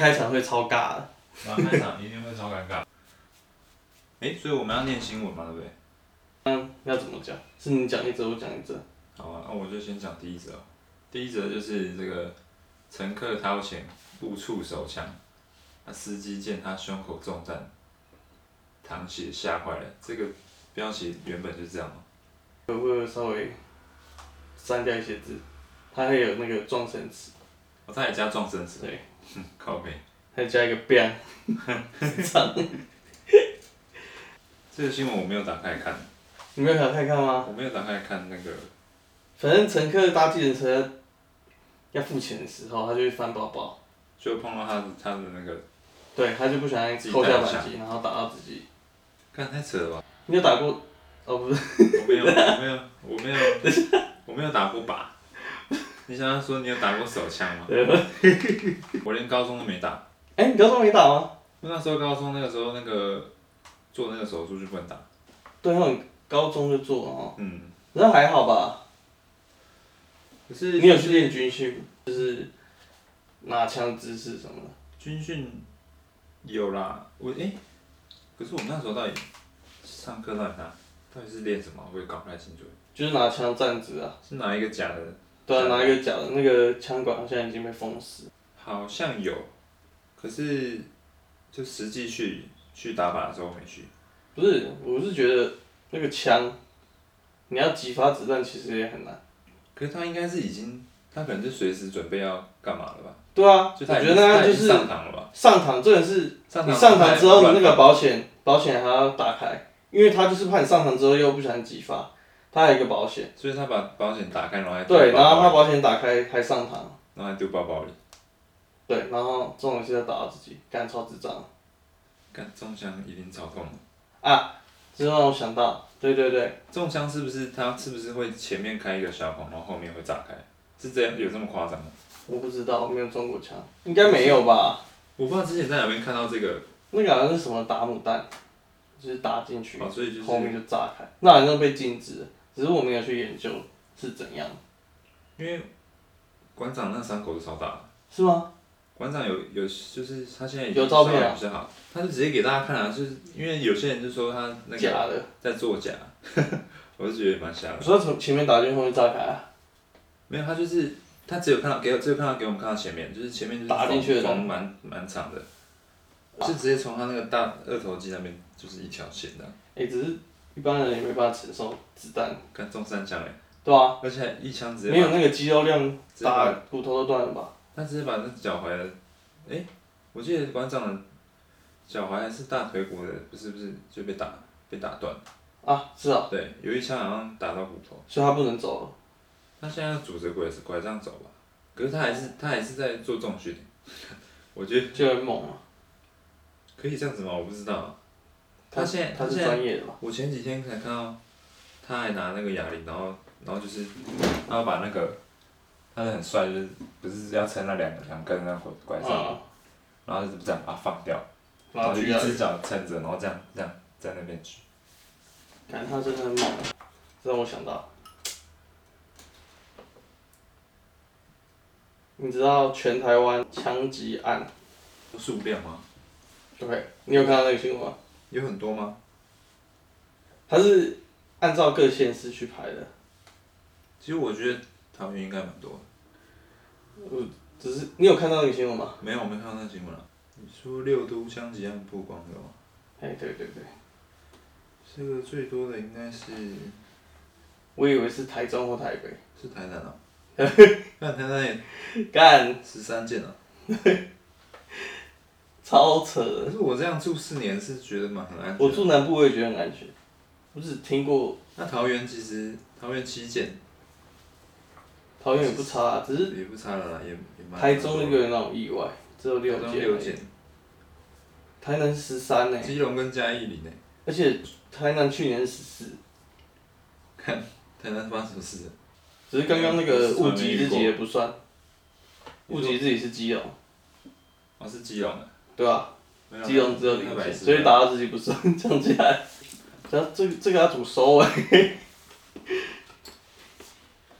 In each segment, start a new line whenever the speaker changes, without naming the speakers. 开场会超尬的，
然后开啊场一定会超尴尬。哎、所以我们要念新闻嘛，对不对？
嗯，要怎么讲？是你讲一则，我讲一则。
好啊，那我就先讲第一则。第一则就是这个乘客掏钱误触手枪，那司机见他胸口中弹，淌血吓坏了。这个标题原本就是这样嘛。
我会稍微删掉一些字，它还有那个撞声词，
哦，他也加撞生词，
对，
哼靠背。
还加一个 bang。
这个新闻我没有打开看，
你没有想看看吗？
我没有打开看那个，
反正乘客搭计程车要付钱的时候，他就会翻包包，
就碰到他的他的那个，
对他就不想让扣下扳机，然后打到自己。
看太扯了吧？
你有打过？哦，不是，
我没有，我没有，我没有，我没有打过靶。你想要说你有打过手枪吗？
对吧
我连高中都没打，
哎、你高中没打吗？
因为那时候高中那个时候那个做那个手术就不能打。
对，那种高中就做了哦，
嗯，
那还好吧。
可是
你有去练军训，就是拿枪姿势什么的。
军训有啦，我诶，可是我们那时候到底上课到底哪到底是练什么？我也搞不太清楚，
就是拿枪站直啊，
是拿一个假的？
对啊，拿一个假的，那个枪管好像已经被封死。
好像有，可是就实际去去打靶的时候没去。
不是，我是觉得那个枪，你要击发子弹其实也很难。
可是他应该是已经，他可能就随时准备要干嘛了吧？
对啊，我
就他已
觉得
经
那
他
样
已
就
经
是
上膛了吧？
上膛，这个是
上
你
膛
上膛之后
他
你
还
那个保险保险还要打开，因为他就是怕你上膛之后又不想击发，他还有一个保险。
所以他把保险打开，然后还丢
对，
包
然后
包
他保险打开还上膛，
然后还丢包包里，
对，然后这种东西要打到自己，干超智障。
看中枪一定超痛的。
这让我想到，对对对，
中枪是不是他是不是会前面开一个小孔，然后后面会炸开？是这样有这么夸张吗？
我不知道，我没有中过枪，应该没有吧？
我不知道之前在哪边看到这个，
那个好像是什么打母弹，就是打进去，
哦，所以就是
后面就炸开。那好像被禁止了，只是我没有去研究是怎样，
因为馆长啊那伤口是超大的，
是吗？
馆长有有就是他现在已经
有照片啊
稍微比较好，他就直接给大家看啊，就是因为有些人就说他那个
假的。
在作假， 我就觉得蛮瞎的。
我说从前面打进去，后面炸开啊，
没有，他就是他只有看到给我，只有看到给我们看到前面，就是前面就是
打进去的
缝缝蛮蛮长的，就直接从他那个大二头肌那边就是一条线的，
哎、只是一般人也没办法承受子弹，
看中三枪哎、
对吧、
而且一枪直
没
接
有
把
那个肌肉量，
直接
打
把
骨头都断了吧？
他直接把那脚踝的，哎、我记得馆长的脚踝还是大腿骨的，不是不是就被打被打断，
啊，是啊，
对，有一枪好像打到骨头，
所以他不能走了。
他现在要拄着拐拐杖走吧，可是他还是他还是在做重训， 我觉得
就很猛啊！
可以这样子吗？我不知道啊，他现在
他
他
是
现在
专业的吧？
我前几天才看到，他还拿那个哑铃，然后然后就是，他要把那个，他很帅，就是不是要撑那两个两根那拐拐杖，
啊，
然后就是这样把它放掉，然
然
后
后
就
去
一
啊，
只脚撑着，然后这样这样在那边举。
感觉他真的很猛、啊，这让我想到。你知道全台湾枪击案
数量吗？
？OK，你有看到那个新闻吗？
有很多吗？
它是按照各县市去排的，
其实我觉得桃园应该蛮多的。
只是你有看到那个新闻吗？
没有，我没看到那新闻啊。你说六都枪击案曝光有吗？
哎、对对对，
这个最多的应该是
我以为是台中或台北，
是 台南啊。那台南也
干
十三件啊。
超扯的！
可是我这样住四年是觉得蛮很安全的。
我住南部我也觉得很安全，我只听过
那桃园其实桃园旗舰
桃园也不差、啊只是
啊也不差了啦，也也蛮
台中那个有那种意外，只有六
台中
件
六
而已，哎
件，
台南十三呢，
基隆跟嘉义欸里呢，
而且台南去年十四，
看台南发生什么事了？啊
只是刚刚那个
从
误
来啊没
击
遇
自己
过
也不算，
你
误
说
击自己是基隆，
哦，是基隆啊，
对吧、
没有
基隆只有
太
零件，
白痴了
所以打到自己不算， 讲起来，这这个这个要怎么收哎、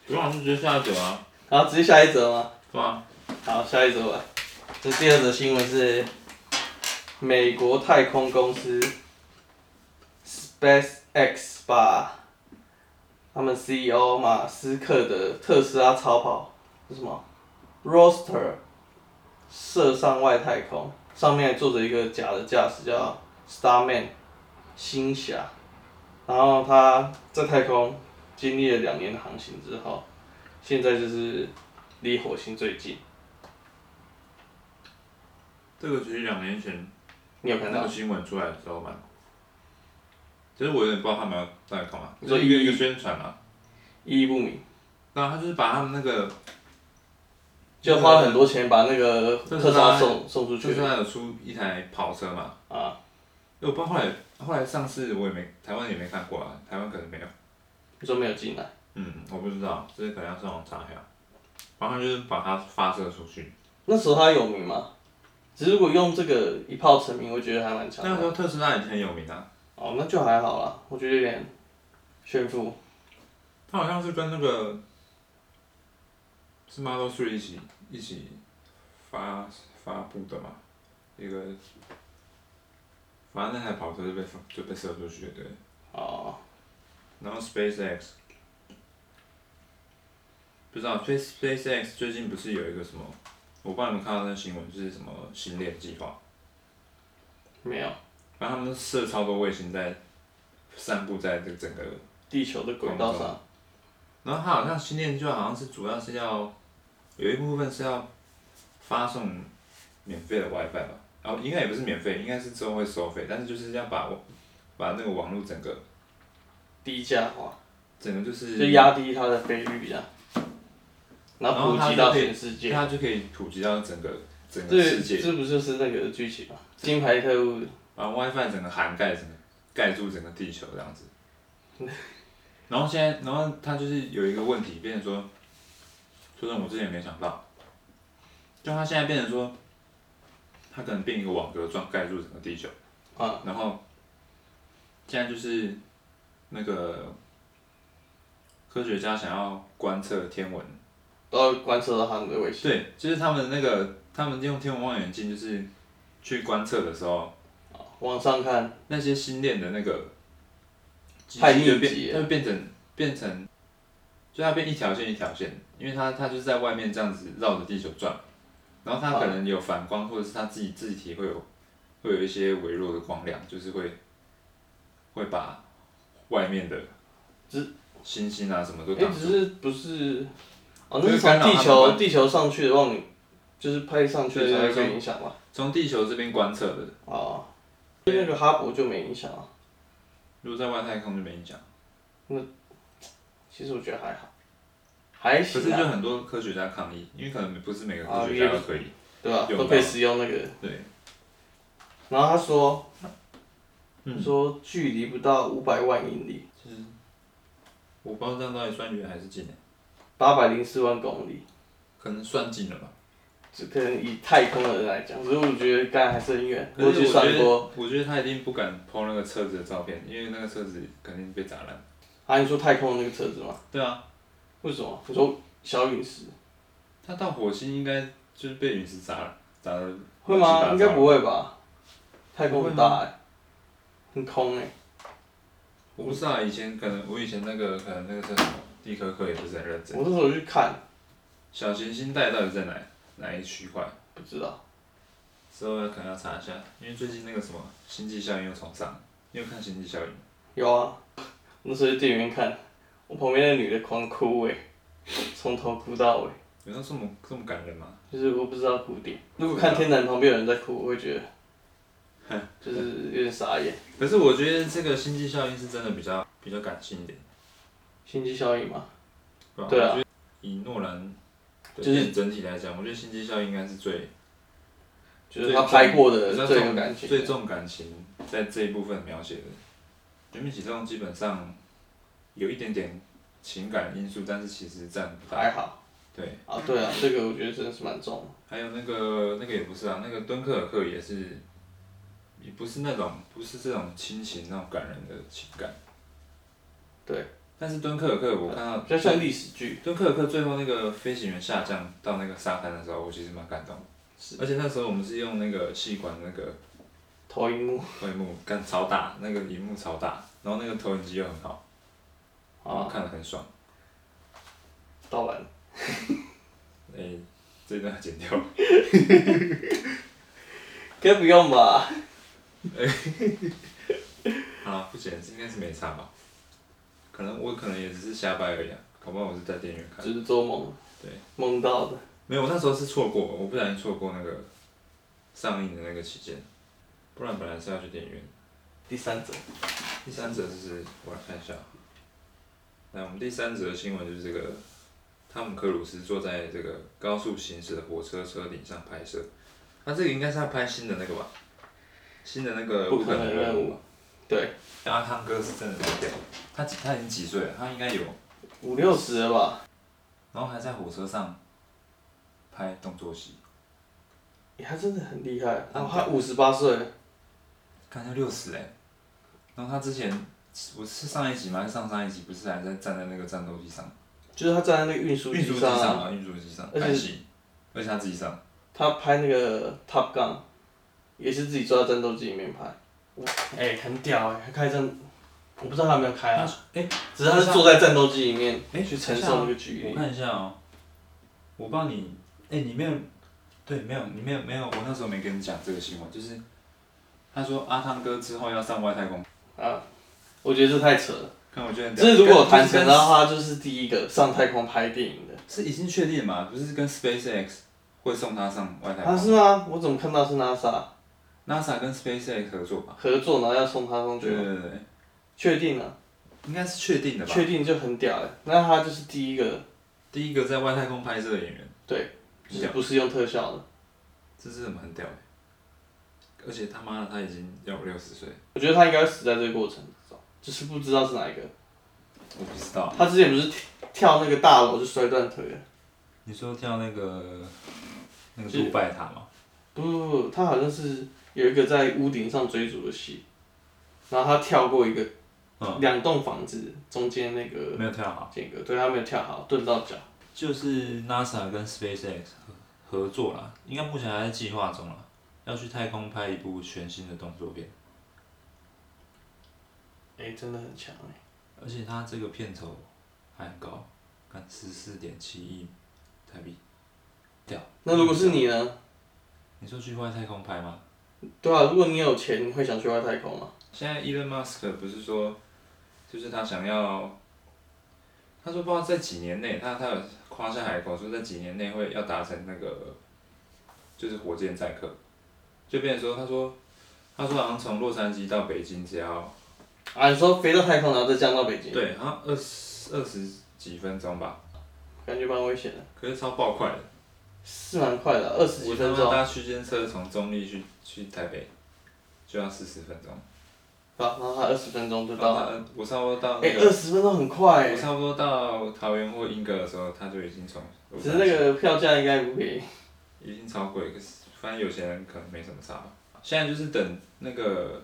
昨晚是直接下酒啊，啊
然后直接下一则吗？
是吗？
好，下一则吧。这第二则新闻是美国太空公司 SpaceX 把他们 CEO 马斯克的特斯拉超跑是什么 Roadster 射上外太空，上面还坐着一个假的驾驶叫 Starman 星侠，然后他在太空经历了两年的航行之后，现在就是离火星最近。
这个其实两年前
你有看
那
到
个？新闻出来的时候蛮，其实我有点不知道他们要在干嘛，
你
就
说
一个一个宣传啊。
意义不明，
那他就是把他们那个
就花了很多钱把那个特斯拉送送出
就
去
是他有出一台跑车嘛，
啊！
因为我不知道后来后来上市我也没台湾也没看过啊，台湾可能没有，
你说没有进来，
嗯，我不知道，这个可能要上网查一下。然后就是把它发射出去，
那时候他有名吗？只是如果用这个一炮成名，我觉得还蛮强
那个时
的。
候特斯拉已经很有名啊，
哦，那就还好啦，我觉得有点炫富。
它好像是跟那个是 Model 3一起一起发发布的嘛，一个反正那台跑车就被发就被射出去了，对。
哦，
然后 SpaceX，不知道 Space SpaceX 最近不是有一个什么，我不知道你们看到那新闻，就是什么星链计划，
没有，
然后他们射超多卫星在散布在这个整个，
地球的轨道上，
然后它好像星链计划好像是主要是要有一部分是要发送免费的 WiFi 吧，然后应该也不是免费，应该是之后会收费，但是就是要把我把那个网络整个
低价化，
整个就是
就压低它的费率啊，然后普及到全世界。
它就可以普及到整个整个
这
世界，
这不就是那个剧情吗？啊金牌特务
把 WiFi 整个涵盖整个盖住整个地球这样子。
嗯
然后现在，然后它就是有一个问题，变成说，说真的我之前也没想到，就它现在变成说，它可能变一个网格状盖住整个地球，
啊，
然后现在就是那个科学家想要观测天文。
都要观测到他们的卫星。
对，就是他们那个，他们用天文望远镜，就是去观测的时候，
往哦上看，
那些星链的那个机
太密
器就
集
变，
了
它就变成变成，就它变一条线一条线，因为它它就是在外面这样子绕着地球转，然后它可能有反光，或者是它自己自己体会有会有一些微弱的光亮，就是会会把外面的
只
星星啊什么都
哎、
挡
只
住，
是不是？哦，
就
那
是
是从
干扰
地
他
球
们
地球上去的望远，就是拍上去的时候
对对
会
对
有影响嘛？
从地球这边观测的，
哦，那个哈勃就没影响啊。
如果在外太空就没影响。
其实我觉得还好，还
可是
行
就
啊，
很多科学家抗议，因为可能不是每个
啊
科学
也
家都可以。
对吧、
有
都
吧
可以使用那个。
对，
然后他说，
嗯
说距离不到五百万英里，
我不知道这样到底算远还是近欸
八百零四万公里，
可能算近了吧。
这可能以太空的人来讲，所以我觉得干还是很远。我
可
去
是我
算
觉
过，
得，我觉得他一定不敢抛那个车子的照片，因为那个车子肯定被砸烂。
啊，你说太空的那个车子吗？
对啊，
为什么？你说小陨石
他到火星应该就是被陨石砸了，砸了。
会吗？应该不会吧？太空很大哎、很空哎、
我不知道，以前可能我以前那个可能那个叫什么地科课也不是很认真。
我那时候去看，
小行星带到底在哪哪一区块？
不知道
之后可能要查一下，因为最近那个什么星际效应又重上了，你有看星际效应吗？
有啊。我那时候在电影院看，我旁边那女的狂哭哎、从头哭到尾，
有到这么这么感人吗？
就是我不知道哭点。如果看天台旁边有人在哭，我会觉得，就是有点傻眼。
可是我觉得这个星际效应是真的比较比较感性一点，
星际效应嘛，
对吧？
对啊
我觉得以诺兰的
就是
电影整体来讲，我觉得星际效应应该是最
就是他拍过的
比较
最有
重
感情
最
的。
重感情在这一部分描写的。全面启动基本上有一点点情感因素，但是其实占不大。
还好
对，
啊，对啊，这个我觉得真的是蛮重的。
还有那个那个也不是啊，那个敦刻尔克也是，也不是那种不是这种亲情那种感人的情感。
对，
但是敦刻尔克我看到
比较像历史剧，
敦刻尔克最后那个飞行员下降到那个沙滩的时候，我其实蛮感动的。而且那时候我们是用那个细管那个
投影幕
投影幕，干超大，那个荧幕超大，然后那个投影机又很好，然后
啊，
看得很爽。
盗版
哎、这段要剪掉。
该不用吧？
啊，不剪是应该是没差吧？可能我可能也只是瞎掰而已、啊，搞不好我是在电影院看。
只是做梦，
对，
梦到的。
没有，我那时候是错过，我不小心错过那个上映的那个期间，不然本来是要去电影院。
第三者，
第三则就是我来看一下，来，我们第三则新闻就是这个汤姆克鲁斯坐在这个高速行驶的火车车顶上拍摄，那、这个应该是他拍新的那个吧，新的那个
不可能任务
吧。
对，
阿汤哥是真的很屌，他几他已经几岁了？他应该有，
五六十了吧，
然后还在火车上拍动作戏，
也还真的很厉害。然后他五十八岁，
看他六十哎，然后他之前我是上一集吗？还是上上一集不是还在站在那个战斗机上？
就是他站在那个运输
运
机
输机
上啊，
上啊，运输机上
而且
拍戏，而且他自己上，
他拍那个 Top Gun，也是自己坐在战斗机里面拍。哎、很屌哎、他开战，我不知道他有没有开啊，
哎、
只是他是坐在战斗机里面，
哎
去承受那个距
我
离。
看一下哦、我帮你，哎、你没有，对，没有，你没有，没有，我那时候没跟你讲这个新闻，就是他说阿汤哥之后要上外太空，
啊，我觉得这太扯了。
看我觉得很屌
呃这如果
跟
谈成
跟
的话，他就是第一个上太空拍电影的。
是已经确定嘛？不是跟 SpaceX 会送他上外太空、
啊，是吗？我怎么看到是 NASA
n a s a 跟 SpaceX 合作吧？
合作，然后要送他上
对
去？
对对对，
确定啊，
应该是确定的吧？
确定就很屌哎、那他就是第一个，
第一个在外太空拍摄的演员，
对，
很
就
屌
是不是用特效的。
这是很屌的。而且他妈的他已经要六十岁，
我觉得他应该会死在这个过程之中，就是不知道是哪一个。
我不知道。
他之前不是跳那个大楼就摔断腿了？
你说跳那个那个杜拜塔吗？
不不不，他好像是有一个在屋顶上追逐的戏，然后他跳过一个
嗯，
两栋房子中间那个
没有跳好。
间隔，对他没有跳好，顿到脚。
就是 NASA 跟 SpaceX 合合作啦，应该目前还在计划中啦，要去太空拍一部全新的动作片。
哎、真的很强哎、
而且它这个片酬还很高，看十四点七亿台币，屌！
那如果是你呢？
你说去外太空拍吗？
对啊，如果你有钱，你会想去外太空吗？
现在 Elon Musk 不是说，就是他想要，他说不知道在几年内，他他有夸下海口说在几年内会要达成那个，就是火箭载客，就变成说他说，他说好像从洛杉矶到北京只要
啊，你说飞到太空，然后再降到北京，
对，好像二十二十几分钟吧，
感觉蛮危险的，
可是超爆快的，
是蛮快的啊，二十几
我他
分
妈
钟。
搭区间车从中立去去台北，就要四十分钟，
好，然后他二十分钟就
然
到
后
了。
他呃我差不多到
哎、
那
二
个。
十分钟很快哎、
我差不多到桃园或莺歌的时候，他就已经从，
只是那个票价应该不便宜。
已经超贵，可是反正有钱人可能没什么差吧。现在就是等那个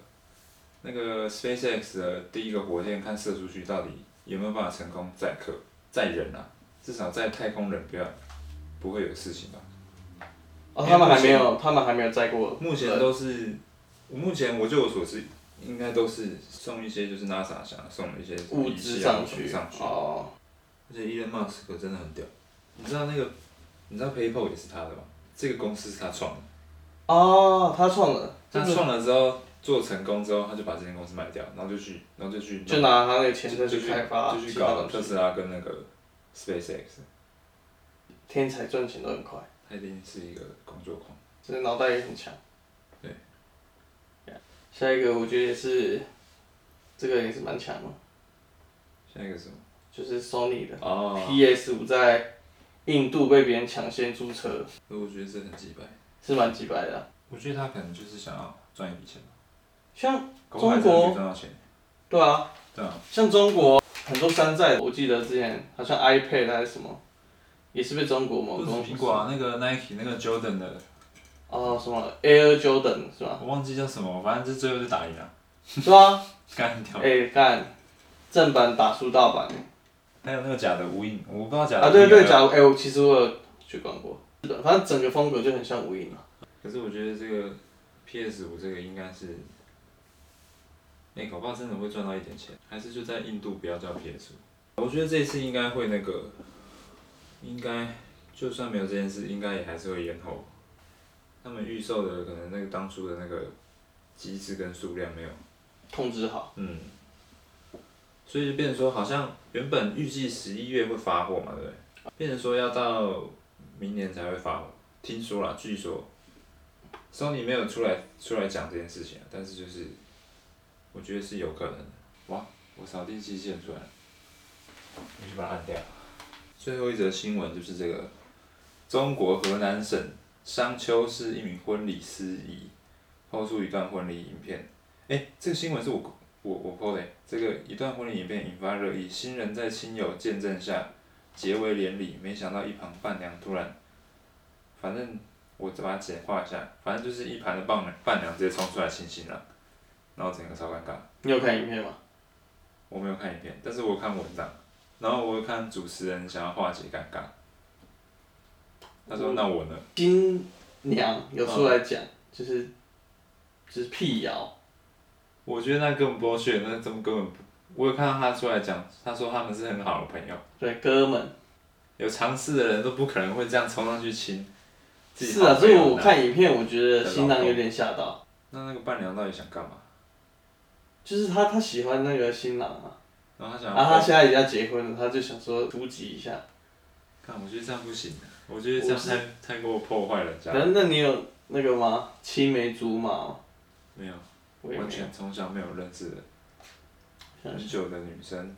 那个 SpaceX 的第一个火箭看射出去到底有没有办法成功载客载人啊，至少载太空人不要不会有事情吧。
哦，
因为
他们还
目
没
前
有，他们还没有载过。
目前都是，我目前我就我所知，应该都是送一些就是 NASA 想要送的一些
物
仪器
资
啊
上
什么
去
上去。
哦，
而且 Elon Musk 真的很屌，你知道那个，你知道 PayPal 也是他的吗？这个公司是他创的，
哦，他创的，
他
就是
创了之后做成功之后，他就把这间公司卖掉，然后就去，然后就去弄，
就拿他那个
就
钱再去开发
就去
其
就去
他
搞
东西，
特斯拉跟那个 SpaceX，
天才赚钱都很快，
他一定是一个工作狂。
这脑袋也很强。
对。
下一个我觉得也是，这个也是蛮强的，
下一个是什么？
就是 Sony 的
哦，
PS 五在印度被别人抢先注册，
我觉得这很鸡掰，
是蛮鸡掰的啊。
我觉得他可能就是想要赚一笔钱吧，
像
搞不好还真的没赚到钱，
对啊，
对啊，
像中国很多山寨，我记得之前好像 iPad 还是什么，也是被中国某
不止
公司
苹果啊，那个 Nike 那个 Jordan 的，
哦什么 Air Jordan 是吧？
我忘记叫什么，反正就最后就打赢了，
是 吧？
干掉。
哎干，正版打输盗版
还有那个假的无印，我不知道假的
啊！对对，
假
假如哎、我其实我有去逛过日本，反正整个风格就很像无印啊。
可是我觉得这个 PS 五这个应该是，那、搞不好真的会赚到一点钱，还是就在印度不要叫 PS 五。我觉得这次应该会那个，应该就算没有这件事，应该也还是会延后。他们预售的可能那个当初的那个机制跟数量没有，
控制好。
嗯，所以就变成说，好像原本预计十一月会发货嘛，对不对？变成说要到明年才会发货，听说啦，据说，Sony 没有出来出来讲这件事情、啊，但是就是，我觉得是有可能的。哇，我扫地机器人出来了，我去把它按掉。最后一则新闻就是这个，中国河南省商丘市一名婚礼司仪抛出一段婚礼影片。哎、这个新闻是我我我 PO 的欸，这个一段婚礼影片引发热议，新人在亲友见证下结为连理，没想到一旁伴娘突然，反正我再把它简化一下，反正就是一旁的伴娘伴娘直接冲出来亲新郎，然后整个超尴尬。
你有看影片吗？
我没有看影片，但是我有看文章，然后我有看主持人想要化解尴尬，他说那我呢？嗯
新娘有出来讲，就是就是辟谣，
我觉得那根本剥削，那根本根本不，我有看到他出来讲，他说他们是很好的朋友。
对哥们
有尝试的人都不可能会这样冲上去亲。自己
是啊，
好
所
朋
以
友
我
的
看影片，我觉得
的
新
老
郎
公
有点吓到，
那那个伴娘到底想干嘛？
就是他他喜欢那个新郎啊，
然后他想
然后
要
他现在已经要结婚了，他就想说突击一下。
看，我觉得这样不行，我觉得这样太太过破坏人家
那。那你有那个吗？青梅竹马吗？
没有，
我也
完
没有。
全从小没有认识的很久的女生，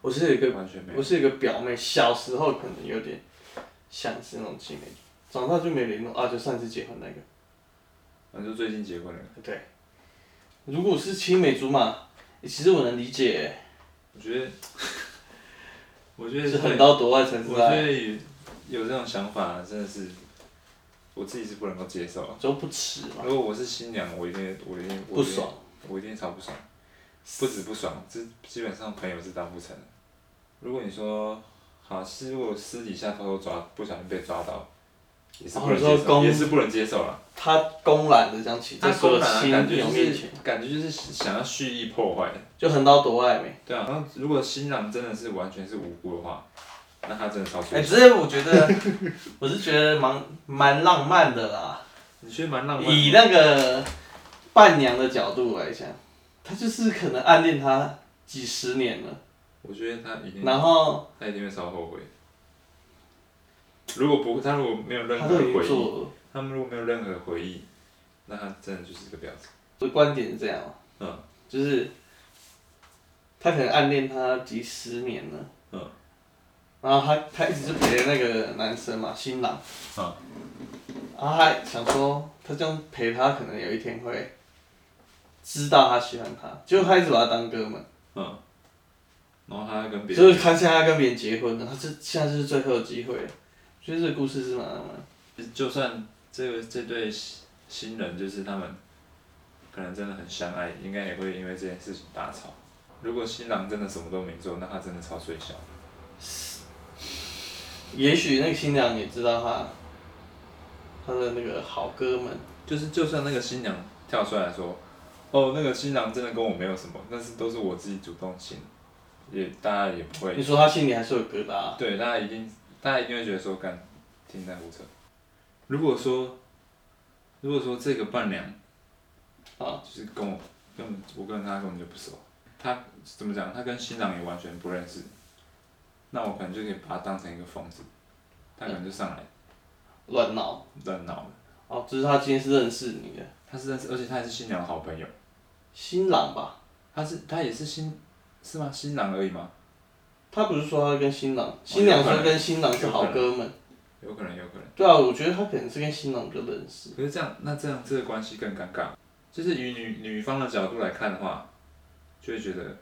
我啊是有一个，
完全没有。
我是有一个表妹，小时候可能有点像是那种青梅竹马，长大就没联络啊，就上次结婚那个。
反正就最近结婚了，
对，如果是青梅竹马，欸其实我能理解，
我觉得，我觉得
是横刀夺爱才
我
是
觉
爱，
得有有这种想法啊真的是，我自己是不能够接受。啊
就不耻嘛，
如果我是新娘，我一定我一定我
不
一定
爽。
我一定超不爽，不止不爽，这基本上朋友是当不成的。如果你说好，是如果私底下偷偷抓，不小心被抓到，也是不能
哦你
接
说
受，
公
也是不能接受了。
他公然的这样起，在
他
所
公
有
然啊
亲
感觉
友
就
面
是
前，
感觉就是想要蓄意破坏，
就横刀夺爱没？
对啊。然后如果新郎真的是完全是无辜的话，那他真的超出。
哎、只是我觉得，我是觉得蛮蛮浪漫的啦。
你觉得蛮浪漫的，
以那个伴娘的角度来讲，他就是可能暗恋他几十年了，
我觉得他一定
然后
他一定会超后悔。如果不，他如果没有任
他
何
都已经
回忆，
做了。
他们如果没有任何回忆，那他真的就是个婊子。
我的观点是这样，
嗯，
就是他可能暗恋他几十年了，
嗯，
然后他他一直就陪那个男生嘛，新郎，
嗯，
然后他想说他这样陪他，可能有一天会知道他喜欢他，结果他一直把他当哥们，
嗯，然后他还跟别
就是
人，
他现在要跟别人结婚了，他这现在就是最后的机会了，所以这个故事是蛮浪漫的，
就算这个这对新新人，就是他们可能真的很相爱，应该也会因为这件事情大吵。如果新郎真的什么都没做，那他真的超衰小。
也许那个新娘也知道他他的那个好哥们。
就是就算那个新娘跳出来说，哦，那个新郎真的跟我没有什么，但是都是我自己主动亲，也大家也不会
你说他心里还是有疙瘩啊、
对，大家一定，大家一定会觉得说，干，听在胡扯。如果说，如果说这个伴娘，
啊，
就是跟我根本我跟她根本就不熟，她怎么讲？她跟新郎也完全不认识，那我可能就可以把她当成一个疯子，她可能就上来
乱闹
乱闹了。
哦，只是他今天是认识你的
她是认识，而且她也是新娘的好朋友，
新郎吧？
她是她也是新，是吗？新郎而已吗？
他不是说他跟新
哦
郎，新娘说跟新郎是好哥们，
有可能，有可能。
对啊，我觉得他可能是跟新郎比较认识，
可是这样，那这样这个关系更尴尬。就是以女女方的角度来看的话，就会觉得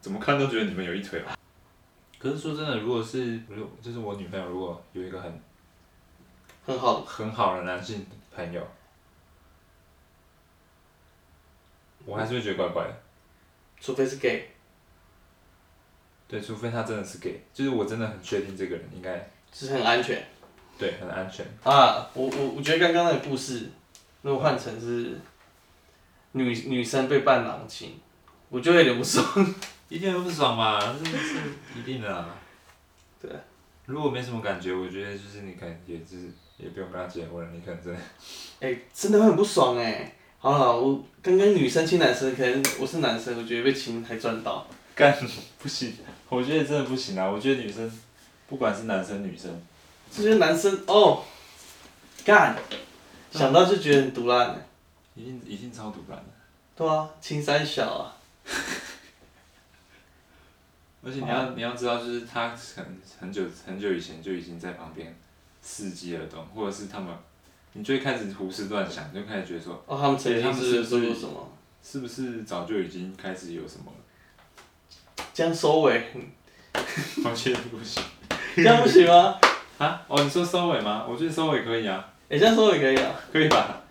怎么看都觉得你们有一腿吧。哦可是说真的，如果是如果就是我女朋友，如果有一个很
很好，
很好的男性朋友，我还是会觉得怪怪的。
除非是 gay，
对，除非他真的是 gay，就是我真的很确定这个人应该
就是很安全，
对，很安全。
啊，我我我觉得刚刚那个故事，如果换成是女女生被伴郎亲，我就会有点不爽。
一定会不爽嘛，这是一定的啦。
对。
如果没什么感觉，我觉得就是你可能也就是也不用跟他结婚了，你可能真的
哎、真的会很不爽哎、好了，我刚刚女生亲男生，可能我是男生，我觉得被亲还赚到。
干不行，我觉得真的不行啊！我觉得女生，不管是男生女生，
这些男生哦，干，想到就觉得很毒烂、欸。
一定一定超毒烂的。
对啊，青山小啊，
而且你要、你要知道，就是他很很久很久以前就已经在旁边伺机而动，或者是他们，你就会开始胡思乱想，就开始觉得说，
哦，他们曾经
他们是
是
不是
做过什么？
是不是早就已经开始有什么了？
这样收尾，
我觉得不 行
这样不行吗？
啊！哦，你说收尾吗？我觉得收尾可以啊，
哎、这样收尾可以啊。
可以吧？